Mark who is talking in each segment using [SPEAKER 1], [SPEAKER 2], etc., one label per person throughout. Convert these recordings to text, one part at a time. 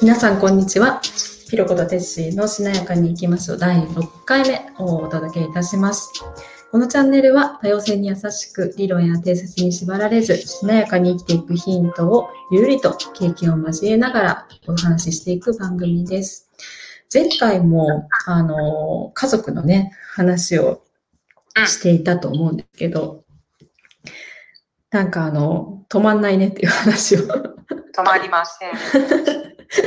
[SPEAKER 1] 皆さん、こんにちは。ひろことてっしーのしなやかにいきましょう。第6回目をお届けいたします。このチャンネルは多様性に優しく理論や定説に縛られずしなやかに生きていくヒントをゆるりと経験を交えながらお話ししていく番組です。前回もあの家族のね話をしていたと思うんですけど、なんかあの止まんないねっていう話を
[SPEAKER 2] 止まりません。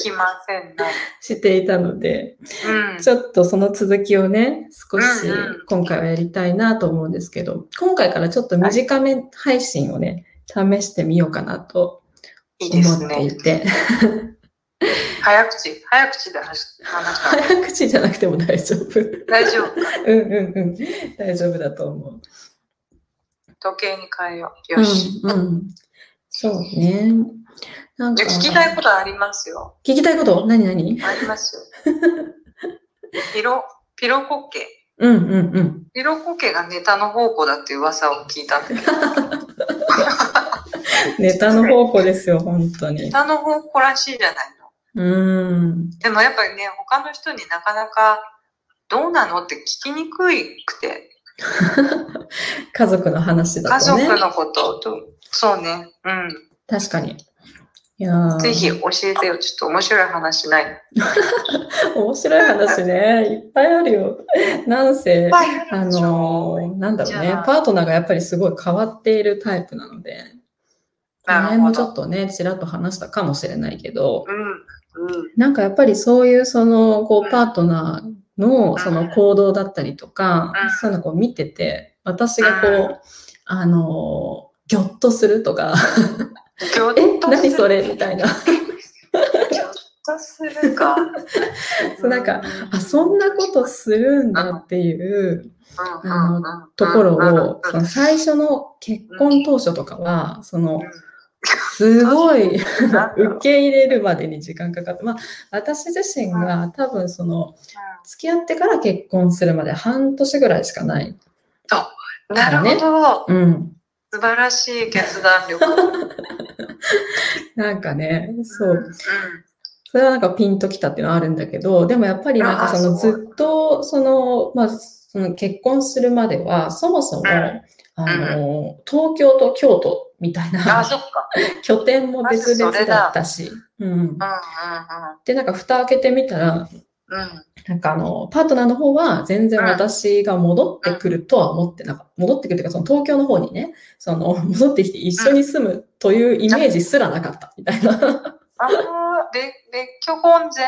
[SPEAKER 2] 来ませんね。
[SPEAKER 1] していたので、
[SPEAKER 2] うん。
[SPEAKER 1] ちょっとその続きをね、少し
[SPEAKER 2] うんうん
[SPEAKER 1] 今回はやりたいなと思うんですけど、今回からちょっと短め配信をね、試してみようかなと
[SPEAKER 2] いいです
[SPEAKER 1] 思って
[SPEAKER 2] ね。
[SPEAKER 1] いて、
[SPEAKER 2] 早口、早口で話し話した の。
[SPEAKER 1] 早口じゃなくても大丈夫。
[SPEAKER 2] 大丈夫。
[SPEAKER 1] うんうんうん。大丈夫だと思う。
[SPEAKER 2] 時計に変えよう。よし。
[SPEAKER 1] うんうん。そうね。なん
[SPEAKER 2] じ
[SPEAKER 1] か
[SPEAKER 2] ゃあ聞きたいことありますよ。
[SPEAKER 1] 聞きたいこと何何
[SPEAKER 2] ありますよ。 ピロ、ピロコケ。
[SPEAKER 1] うんうんうん。
[SPEAKER 2] ピロコケがネタの宝庫だっていう噂を聞いたんだけど。
[SPEAKER 1] ネタの宝庫ですよ、本当
[SPEAKER 2] ネ
[SPEAKER 1] に。
[SPEAKER 2] タの宝庫らしいじゃないの。
[SPEAKER 1] うーん。
[SPEAKER 2] でもやっぱりね、他の人になかなかどうなのって聞きにくいくて、
[SPEAKER 1] 家族の話だ
[SPEAKER 2] 家
[SPEAKER 1] と
[SPEAKER 2] 族
[SPEAKER 1] ね。
[SPEAKER 2] のことをどう、そうね。うん。
[SPEAKER 1] 確かに。いやー
[SPEAKER 2] ぜひ教えてよ。ちょっと面白い話ない。い
[SPEAKER 1] 面白い話ね。いっぱいあるよ。なんせ、
[SPEAKER 2] ぱい
[SPEAKER 1] あのーなんだろう
[SPEAKER 2] じ
[SPEAKER 1] ね
[SPEAKER 2] ゃあ。
[SPEAKER 1] パートナーがやっぱりすごい変わっているタイプなので、
[SPEAKER 2] な
[SPEAKER 1] 前
[SPEAKER 2] るほ
[SPEAKER 1] もちょ
[SPEAKER 2] ど。
[SPEAKER 1] っとね、ちらっと話したかもしれないけど、
[SPEAKER 2] うん。うん。
[SPEAKER 1] なんかやっぱりそういうその、こ
[SPEAKER 2] うん
[SPEAKER 1] う、パートナーのその行動だったりとか
[SPEAKER 2] うん、
[SPEAKER 1] そういうのこう見てて、私がこ
[SPEAKER 2] う
[SPEAKER 1] う、あのー、ぎょっとするとか、
[SPEAKER 2] ぎょ
[SPEAKER 1] え、
[SPEAKER 2] っとする
[SPEAKER 1] 何それみたいな。。
[SPEAKER 2] ぎょっとするか
[SPEAKER 1] そうなんか、あ、そんなことするんだっていう、
[SPEAKER 2] うん、
[SPEAKER 1] あの
[SPEAKER 2] の
[SPEAKER 1] ところ
[SPEAKER 2] うんうん
[SPEAKER 1] を、その最初の結婚当初とかは、その
[SPEAKER 2] うん、
[SPEAKER 1] すごい受
[SPEAKER 2] うんなんだろう
[SPEAKER 1] け入れるまでに時間かかって、まあ、私自身が多分その、付き合ってから結婚するまで半年ぐらいしかない。
[SPEAKER 2] うんなるほど。
[SPEAKER 1] うん。
[SPEAKER 2] 素晴らしい決断力。
[SPEAKER 1] なんかね、そ
[SPEAKER 2] うん
[SPEAKER 1] う。それはなんかピンときたっていうのはあるんだけど、でもやっぱりなんかそ
[SPEAKER 2] あ
[SPEAKER 1] の
[SPEAKER 2] そう
[SPEAKER 1] ずっと、その、まあ、その結婚するまでは、そもそも、
[SPEAKER 2] うん
[SPEAKER 1] あの、東京と京都みたいな。
[SPEAKER 2] あ、そっか。
[SPEAKER 1] 拠点も別々だったし。うん
[SPEAKER 2] う、
[SPEAKER 1] で、なんか蓋開けてみたら、
[SPEAKER 2] んうんうん。うん。
[SPEAKER 1] なんかあの、パートナーの方は全然私が戻ってくるとは思ってなかった。戻ってくるというか、その東京の方にね、その、 戻ってきて一緒に住むというイメージすらなかったみたいな。
[SPEAKER 2] ああ、れ別居婚前提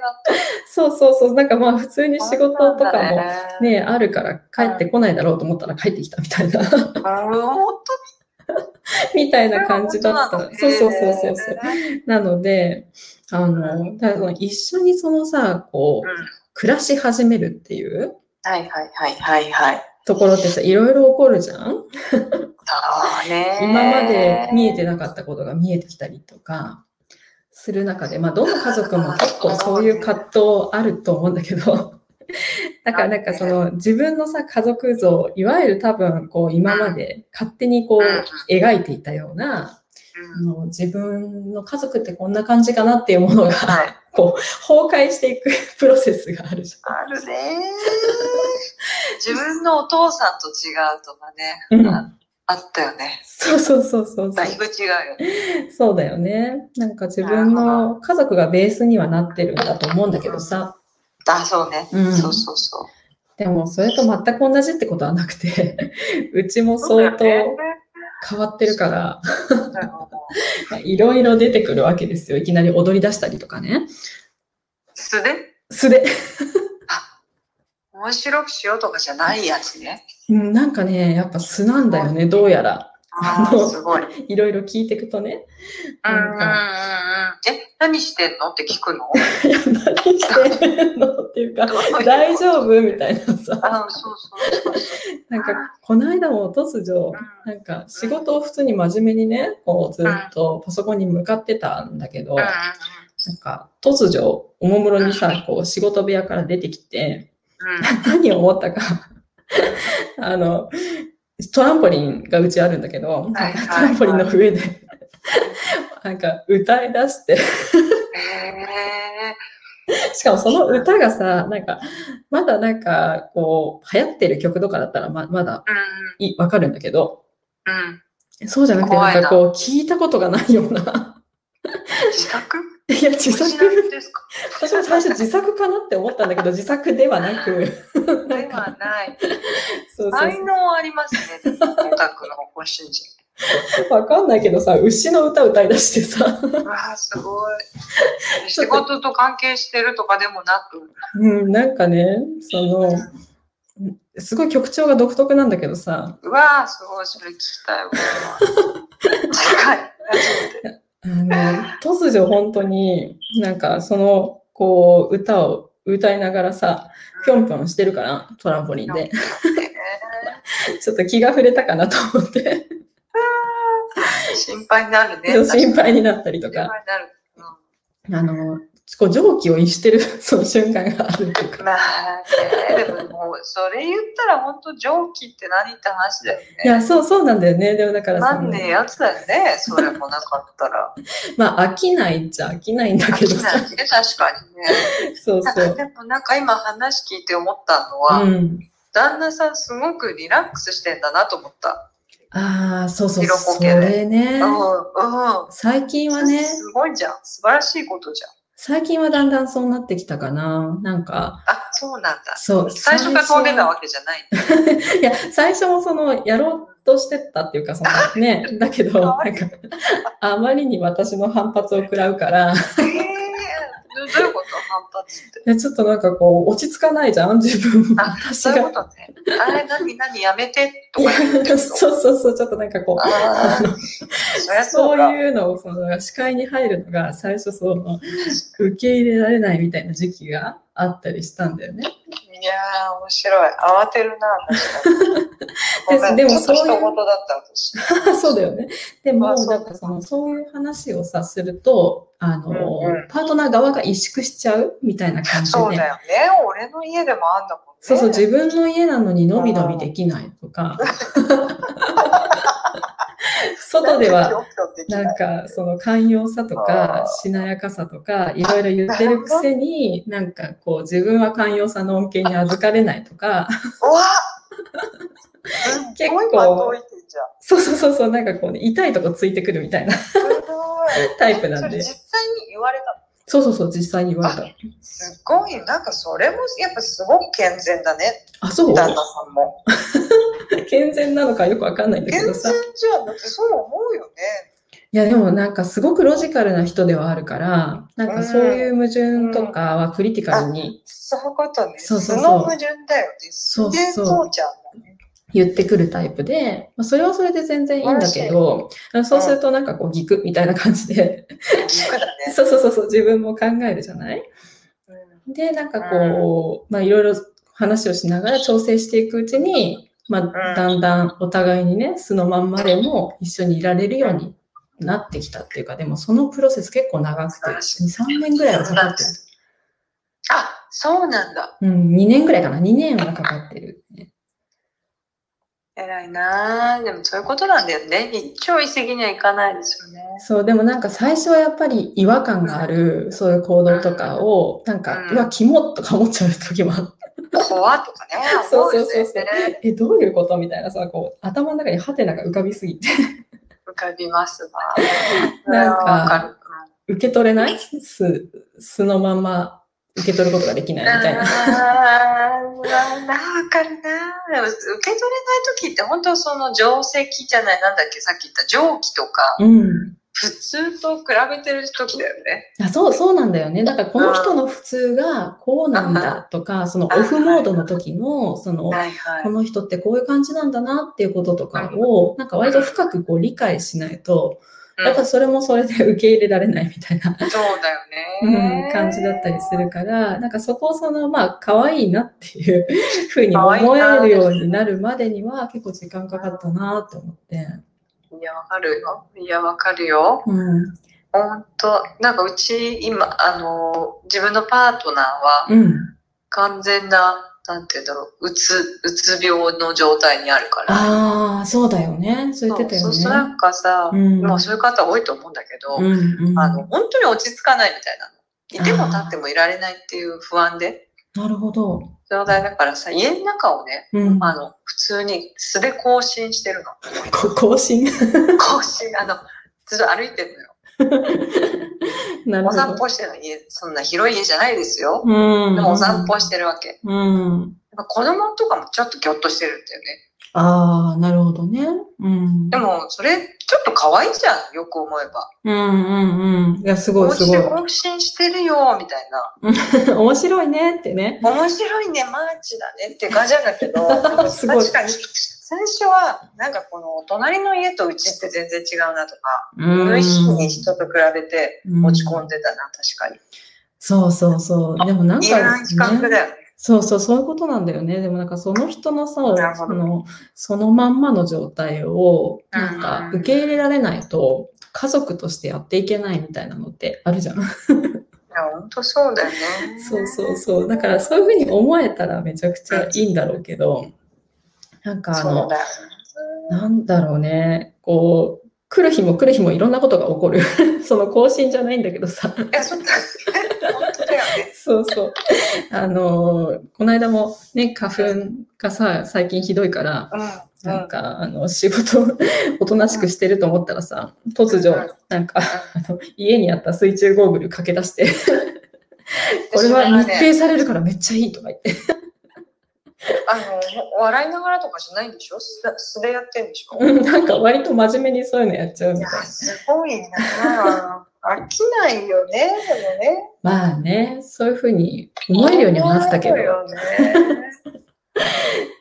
[SPEAKER 2] だっ
[SPEAKER 1] そうそうそう、なんかまあ普通に
[SPEAKER 2] た。
[SPEAKER 1] 仕事とかも
[SPEAKER 2] も
[SPEAKER 1] ね、あるから帰ってこないだろうと思ったら帰ってきたみたいな、
[SPEAKER 2] うん、本
[SPEAKER 1] みたい
[SPEAKER 2] 当
[SPEAKER 1] な感じだった。そうそうそうそうそう。なので、あの、だからその一緒にそのさ、こう、
[SPEAKER 2] うん
[SPEAKER 1] 暮らし始めるっていう
[SPEAKER 2] はいはいはいはいはい。
[SPEAKER 1] ところってさ、いろいろ起こるじゃん
[SPEAKER 2] そうね。
[SPEAKER 1] 今まで見えてなかったことが見えてきたりとかする中で、まあ、どの家族も結構そういう葛藤あると思うんだけ ど、だからなんかその自分のさ、家族像、いわゆる多分こう今まで勝手にこう描いていたような、あ
[SPEAKER 2] うん
[SPEAKER 1] の自分の家族ってこんな感じかなっていうものが、
[SPEAKER 2] はい。
[SPEAKER 1] こう、崩壊していく プロセスがあるじ
[SPEAKER 2] あるね。自分のお父さんと違うとかね。
[SPEAKER 1] ゃん。
[SPEAKER 2] ああったよね。
[SPEAKER 1] そうそうそうそうそ
[SPEAKER 2] だ
[SPEAKER 1] う。
[SPEAKER 2] いぶ違うよね。
[SPEAKER 1] そうだよね。なんか自分の家族がベースにはなってるんだと思うんだけどさ。
[SPEAKER 2] あ、そうね。
[SPEAKER 1] うん
[SPEAKER 2] そうそうそう。
[SPEAKER 1] でもそれと全く同じってことはなくて、うちも相当変わってるから、
[SPEAKER 2] そうだよね。
[SPEAKER 1] まあいろいろ出てくるわけですよ。いきなり踊り出したりとかね。
[SPEAKER 2] 素で
[SPEAKER 1] 素で。
[SPEAKER 2] 面白くしようとかじゃないやつね。
[SPEAKER 1] うんなんかね、やっぱ素なんだよね、どうやら。
[SPEAKER 2] あ
[SPEAKER 1] あの
[SPEAKER 2] あ、す ごい。うんうんうんうん。
[SPEAKER 1] いろいろ聞いていくとね。 なんか、
[SPEAKER 2] え、何してんのって聞くの
[SPEAKER 1] いや、何してんのっていうか、 大丈夫みたいなさ。
[SPEAKER 2] あそうそうそうそう。
[SPEAKER 1] なんか、この間も突如、
[SPEAKER 2] う
[SPEAKER 1] なんか仕事を普通に真面目にね、こうずっとパソコンに向かってたんだけど、
[SPEAKER 2] んうんう
[SPEAKER 1] なんんか突如おもむろにさ、こう仕事部屋から出てきて、
[SPEAKER 2] うん。うん
[SPEAKER 1] 何を思ったか、 あの、トランポリンがうちあるんだけど、
[SPEAKER 2] はいはいはい
[SPEAKER 1] トランポリンの上で、なんか歌い出して、
[SPEAKER 2] え
[SPEAKER 1] しかもその歌がさ、なんか、まだなんか、こう、流行ってる曲とかだったらま、まだ
[SPEAKER 2] ー、
[SPEAKER 1] いいわかるんだけど、
[SPEAKER 2] うん、うん。
[SPEAKER 1] そうじゃなくて、
[SPEAKER 2] 怖
[SPEAKER 1] ないん
[SPEAKER 2] な
[SPEAKER 1] かこう、聞いたことがないよう な。
[SPEAKER 2] 自作
[SPEAKER 1] いや、自
[SPEAKER 2] オリジナ
[SPEAKER 1] 作。
[SPEAKER 2] ルですか
[SPEAKER 1] 私も最初自作かなって思ったんだけど、自作ではなく、
[SPEAKER 2] ではない。
[SPEAKER 1] そうそう
[SPEAKER 2] 才能ありますね、オタクのご主人。
[SPEAKER 1] そう。わかんないけどさ、牛の歌歌い出してさ、
[SPEAKER 2] わあ、すご い。
[SPEAKER 1] ちょっ
[SPEAKER 2] 仕事と関係してるとかでもなく。
[SPEAKER 1] うん、なんかね、その、すごい曲調が独特なんだけどさ、
[SPEAKER 2] うわあ、すごい、それ聞き たいわ。近い。
[SPEAKER 1] あ の、突如本当になんかその、こう、歌を歌いながらさ、ぴょんぴょんしてるから、トランポリンで。ちょっと気が触れたかなと思って、
[SPEAKER 2] 心配になるね。
[SPEAKER 1] 心配になったりと
[SPEAKER 2] 心配に
[SPEAKER 1] か、
[SPEAKER 2] なる。う
[SPEAKER 1] あの、こう蒸気を逸してる その瞬間があると
[SPEAKER 2] ん
[SPEAKER 1] か。
[SPEAKER 2] まあね、でももう、それ言ったら本当蒸気って何って話だよ
[SPEAKER 1] い
[SPEAKER 2] ね。
[SPEAKER 1] や、そうそうなんだよね。でもだから
[SPEAKER 2] な
[SPEAKER 1] さ、
[SPEAKER 2] んねえやつだよね、それもなかったら。
[SPEAKER 1] まあ飽きないっちゃ飽きないんだ
[SPEAKER 2] 飽
[SPEAKER 1] け
[SPEAKER 2] き
[SPEAKER 1] ど
[SPEAKER 2] ない
[SPEAKER 1] さ、
[SPEAKER 2] ね、確かにね。
[SPEAKER 1] そう そう。
[SPEAKER 2] でもなんか今話聞いて思ったのは、
[SPEAKER 1] うん。
[SPEAKER 2] 旦那さんすごくリラックスしてんだなと思った。
[SPEAKER 1] ああ、そうそう、
[SPEAKER 2] 色
[SPEAKER 1] そ
[SPEAKER 2] こけで
[SPEAKER 1] れね
[SPEAKER 2] う。ん、うん。
[SPEAKER 1] 最近はね、
[SPEAKER 2] すごいじゃん。素晴らしいことじゃん。
[SPEAKER 1] 最近はだんだんそうなってきたかな。なんか、
[SPEAKER 2] あ、そうなんだ。
[SPEAKER 1] そう。
[SPEAKER 2] 最初から飛んでたわけじゃない。
[SPEAKER 1] いや、最初もその、やろうとしてったっていうか、そのね、 だけど、
[SPEAKER 2] か
[SPEAKER 1] な
[SPEAKER 2] わい
[SPEAKER 1] んか、あまりに私の反発を食らうから、
[SPEAKER 2] えー、どどういうこと反発って。
[SPEAKER 1] でちょっとなんかこう、落ち着かないじゃん、自分も。
[SPEAKER 2] あ
[SPEAKER 1] 私
[SPEAKER 2] そういうこ
[SPEAKER 1] が。
[SPEAKER 2] とね。あれ、なになにやめてと
[SPEAKER 1] い
[SPEAKER 2] か言って
[SPEAKER 1] や
[SPEAKER 2] る の。
[SPEAKER 1] そうそうそう、ちょっとなんかこう、
[SPEAKER 2] あーそりゃ
[SPEAKER 1] そ
[SPEAKER 2] そう
[SPEAKER 1] う
[SPEAKER 2] だ。
[SPEAKER 1] いうのを、その、視界に入るのが、最初その、受け入れられないみたいな時期があったりしたんだよね。
[SPEAKER 2] いやー、面白い。慌てるな、 確かに。
[SPEAKER 1] で
[SPEAKER 2] で
[SPEAKER 1] も
[SPEAKER 2] も、ちょっと
[SPEAKER 1] そういう
[SPEAKER 2] 人事だった、私。
[SPEAKER 1] そうだよね。でも
[SPEAKER 2] あ、そう
[SPEAKER 1] なんかその、そういう話をさ、すると、あの、
[SPEAKER 2] うんうん
[SPEAKER 1] パートナー側が萎縮しちゃうみたいな感じで。
[SPEAKER 2] そうだよね。俺の家でもあんだもんね。
[SPEAKER 1] そうそう、自分の家なのにのびのびできないとか。外では、
[SPEAKER 2] な
[SPEAKER 1] なんん
[SPEAKER 2] か、
[SPEAKER 1] か、その寛容さとか
[SPEAKER 2] あ、
[SPEAKER 1] しなやかさとか、いろいろ言ってるくせに、なんかこう、自分は寛容さの恩恵に預かれないと か、
[SPEAKER 2] うわ
[SPEAKER 1] 結
[SPEAKER 2] 結
[SPEAKER 1] 構
[SPEAKER 2] 構。すごい的じゃん
[SPEAKER 1] そうそうそうそう、なんかこうね、痛いとこついてくるみたいな
[SPEAKER 2] すごい。
[SPEAKER 1] タイプな
[SPEAKER 2] そ
[SPEAKER 1] ん
[SPEAKER 2] れ
[SPEAKER 1] で。
[SPEAKER 2] 実際に言われた
[SPEAKER 1] そうそうそう、実際に言われた。
[SPEAKER 2] の。すごい。なんかそれもやっぱすごく健全だね。
[SPEAKER 1] あ、そう
[SPEAKER 2] 旦那さんも。
[SPEAKER 1] 健全なのかよくわかんないんだ
[SPEAKER 2] 健
[SPEAKER 1] けど
[SPEAKER 2] 全
[SPEAKER 1] さ。
[SPEAKER 2] じゃん。だってそう思うよね。
[SPEAKER 1] いやでもなんかすごくロジカルな人ではあるから、なんかそういう矛盾とかはクリティカルに
[SPEAKER 2] そういうことね。
[SPEAKER 1] そうそうそう
[SPEAKER 2] 素の矛盾だよね。
[SPEAKER 1] そうそう
[SPEAKER 2] でそうじゃんだね。
[SPEAKER 1] 言ってくるタイプで、まあ、それはそれで全然いいんだけど、あのそうするとなんかこうギクみたいな感じで、
[SPEAKER 2] 軸だね。
[SPEAKER 1] そうそうそうそう、自分も考えるじゃない
[SPEAKER 2] うん
[SPEAKER 1] で、なんかこう、まあいろいろ話をしながら調整していくうちに、ま
[SPEAKER 2] う
[SPEAKER 1] あ
[SPEAKER 2] ん
[SPEAKER 1] だんだんお互いにね、素のまんまでも一緒にいられるようになってきたっていうか、でもそのプロセス結構長くて、
[SPEAKER 2] 素晴らしい
[SPEAKER 1] 2、3年ぐらいはかかってる。
[SPEAKER 2] あ、そうなんだ。
[SPEAKER 1] うん、2年ぐらいかな。2年はかかってる、ね。
[SPEAKER 2] 偉いなぁ。でもそういうことなんだよね。一朝一夕にはいかないですよね。
[SPEAKER 1] そう、でもなんか最初はやっぱり違和感がある、そういう行動とかを、なんか、
[SPEAKER 2] うん
[SPEAKER 1] うわ、キモとか思っちゃう時もあって、
[SPEAKER 2] 怖っとかね。
[SPEAKER 1] そう
[SPEAKER 2] 思
[SPEAKER 1] そううそう
[SPEAKER 2] よ
[SPEAKER 1] そう
[SPEAKER 2] ね。
[SPEAKER 1] え、どういうことみたいなさ、こう、頭の中にハテナが浮かびすぎて、
[SPEAKER 2] 浮かびますわ。
[SPEAKER 1] なんか
[SPEAKER 2] わる
[SPEAKER 1] 受け取れない素、素のまんま受け取ることができないみたいな。
[SPEAKER 2] あーうわなわかるな。でも受け取れない時って本当その定石じゃない、なんだっけ、さっき言った蒸気とか、
[SPEAKER 1] うん。
[SPEAKER 2] 普通と比べてる時だよね。
[SPEAKER 1] あそう、そうなんだよね。だからこの人の普通がこうなんだとか、そのオフモードの時の、その、
[SPEAKER 2] はいは
[SPEAKER 1] こ。の人ってこういう感じなんだなっていうこととかを、なんか割と深くこう理解しないと、やっぱそれもそれで受け入れられないみたいな、
[SPEAKER 2] うんそうだ
[SPEAKER 1] う
[SPEAKER 2] よね、
[SPEAKER 1] ん、感じだったりするから、なんかそこをその、まあ、可愛いなって いうふうに思えるようになるまでには結構時間かかったなって思って。
[SPEAKER 2] いや、わかるよ。いや、わかるよ。
[SPEAKER 1] うん。
[SPEAKER 2] 本当なんかうち今、あの、自分のパートナーは
[SPEAKER 1] うん。
[SPEAKER 2] 完全ななんて言うんだろう、うつ、うつ病の状態にあるから。
[SPEAKER 1] ああ、そうだよね。そう言ってたよ
[SPEAKER 2] そう
[SPEAKER 1] ね。
[SPEAKER 2] そうなんかさ、
[SPEAKER 1] うん
[SPEAKER 2] まあそういう方多いと思うんだけど、
[SPEAKER 1] うんうん
[SPEAKER 2] あの、本当に落ち着かないみたいなの。いても立ってもいられないっていう不安で、
[SPEAKER 1] なるほど。
[SPEAKER 2] 状態だからさ、家の中をね、
[SPEAKER 1] うん。
[SPEAKER 2] あの、普通に素で更新し てるの。
[SPEAKER 1] こ更新
[SPEAKER 2] 更新、あの、ずっと歩いてるのよ。
[SPEAKER 1] なる
[SPEAKER 2] お
[SPEAKER 1] ほど。
[SPEAKER 2] 散歩してるの家、そんな広い家じゃないですよ。
[SPEAKER 1] うん。
[SPEAKER 2] でもお散歩してるわけ。
[SPEAKER 1] うん。
[SPEAKER 2] やっぱ子供とかもちょっとギョッとしてるんだよね。
[SPEAKER 1] ああ、なるほどね。うん。
[SPEAKER 2] でも、それ、ちょっと可愛いじゃん、よく思えば。
[SPEAKER 1] うんうんうん。いや、すごい
[SPEAKER 2] 更
[SPEAKER 1] すご
[SPEAKER 2] 新、
[SPEAKER 1] い。
[SPEAKER 2] 更新してるよ、みたいな。
[SPEAKER 1] 面白い ねってね。
[SPEAKER 2] 面白いね、マーチだねって感じなんだけど、
[SPEAKER 1] すごい
[SPEAKER 2] 確かに、最初は、なんかこの、隣の家とうちって全然違うなとか、無意識に人と比べて
[SPEAKER 1] 持
[SPEAKER 2] 落ち込
[SPEAKER 1] で。
[SPEAKER 2] んでたな、確かに。
[SPEAKER 1] そうそうそう。でもなん
[SPEAKER 2] いら
[SPEAKER 1] か、
[SPEAKER 2] ん比較
[SPEAKER 1] ね
[SPEAKER 2] だよね。
[SPEAKER 1] そうそう、そういうことなんだよね。でもなんかその人のさ
[SPEAKER 2] な、る
[SPEAKER 1] そ
[SPEAKER 2] ほど
[SPEAKER 1] の、そのまんまの状態を、なんか
[SPEAKER 2] うん
[SPEAKER 1] 受け入れられないと、家族としてやっていけないみたいなのってあるじゃん。
[SPEAKER 2] いや、ほんとそうだよね。
[SPEAKER 1] そうそうそう。だからそういうふうに思えたらめちゃくちゃいいんだろうけど、なんかあ
[SPEAKER 2] そう
[SPEAKER 1] の、
[SPEAKER 2] だよね。
[SPEAKER 1] なんだろうね、こう、来る日も来る日もいろんなことが起こる。 その更新じゃないんだけどさ。
[SPEAKER 2] いや、そう だよね。本当だよね。
[SPEAKER 1] そうそう。あの、この間もね、花粉がさ、最近ひどいから、
[SPEAKER 2] うん。う
[SPEAKER 1] なん
[SPEAKER 2] ん。
[SPEAKER 1] か、あの、仕事 をおとなしくしてると思ったらさ、突如
[SPEAKER 2] うん、
[SPEAKER 1] なんか、あの家にあった水中ゴーグル駆け出して、これ
[SPEAKER 2] そ
[SPEAKER 1] は密
[SPEAKER 2] ね
[SPEAKER 1] 閉されるからめっちゃいいとか言って。
[SPEAKER 2] あの、笑いながらとかじゃないんでしょ素素でやってんでしょ
[SPEAKER 1] うんなんか割と真面目にそういうのやっちゃう
[SPEAKER 2] い
[SPEAKER 1] み
[SPEAKER 2] や
[SPEAKER 1] たい、な。
[SPEAKER 2] すごいな。飽きないよね、でもね。
[SPEAKER 1] まあね、そういうふうに思えるようにはなったけど
[SPEAKER 2] 思え。るよね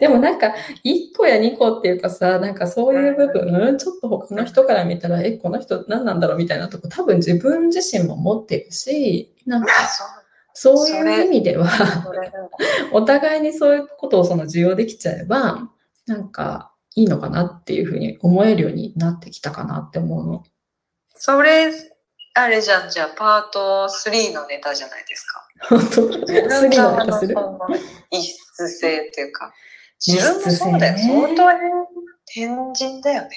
[SPEAKER 1] でもなんか、1個や2個っていうかさ、なんかそういう部分、ちょっと他の人から見たら、え、この人何なんだろうみたいなとこ、多分自分自身も持ってるし、なん
[SPEAKER 2] い
[SPEAKER 1] か
[SPEAKER 2] やそ
[SPEAKER 1] そういう意味では、
[SPEAKER 2] うそれなんか
[SPEAKER 1] お互いにそういうことをその需要できちゃえば、なんかいいのかなっていうふうに思えるようになってきたかなって思う の。
[SPEAKER 2] それ、あれじゃん、じゃあ、パート3のネタじゃないですか。
[SPEAKER 1] 本当次のネタする
[SPEAKER 2] 自分側のその異質性っていうか、自分もそうだよ。
[SPEAKER 1] 異質性ね
[SPEAKER 2] 相当変人だよね。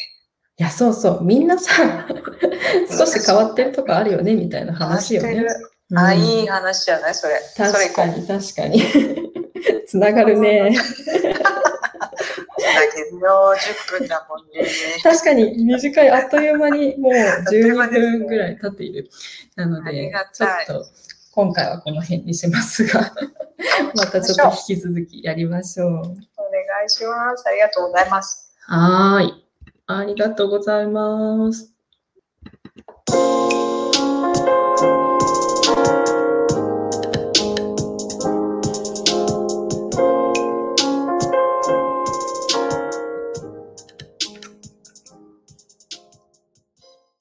[SPEAKER 1] いや、そうそう。みんな さ、少し変わってるとこあるよね、みたいな話よ
[SPEAKER 2] 変
[SPEAKER 1] ね
[SPEAKER 2] わっ。てる
[SPEAKER 1] うん
[SPEAKER 2] あ、いい話じゃないそれ。それ
[SPEAKER 1] 確
[SPEAKER 2] 行こ
[SPEAKER 1] か
[SPEAKER 2] う。
[SPEAKER 1] に、確かに。 つながるね。
[SPEAKER 2] だけど、10分だもんね。
[SPEAKER 1] 確かに、短い、あっという間にもう
[SPEAKER 2] という間
[SPEAKER 1] 12
[SPEAKER 2] ですね
[SPEAKER 1] 分ぐらい経っている。なの
[SPEAKER 2] あり
[SPEAKER 1] で
[SPEAKER 2] が、
[SPEAKER 1] ちょった
[SPEAKER 2] い
[SPEAKER 1] と、今回はこの辺にしますが、またちょっと引き続きやりましょう。
[SPEAKER 2] お願いします。ありがとうございます。
[SPEAKER 1] はーい。ありがとうございます。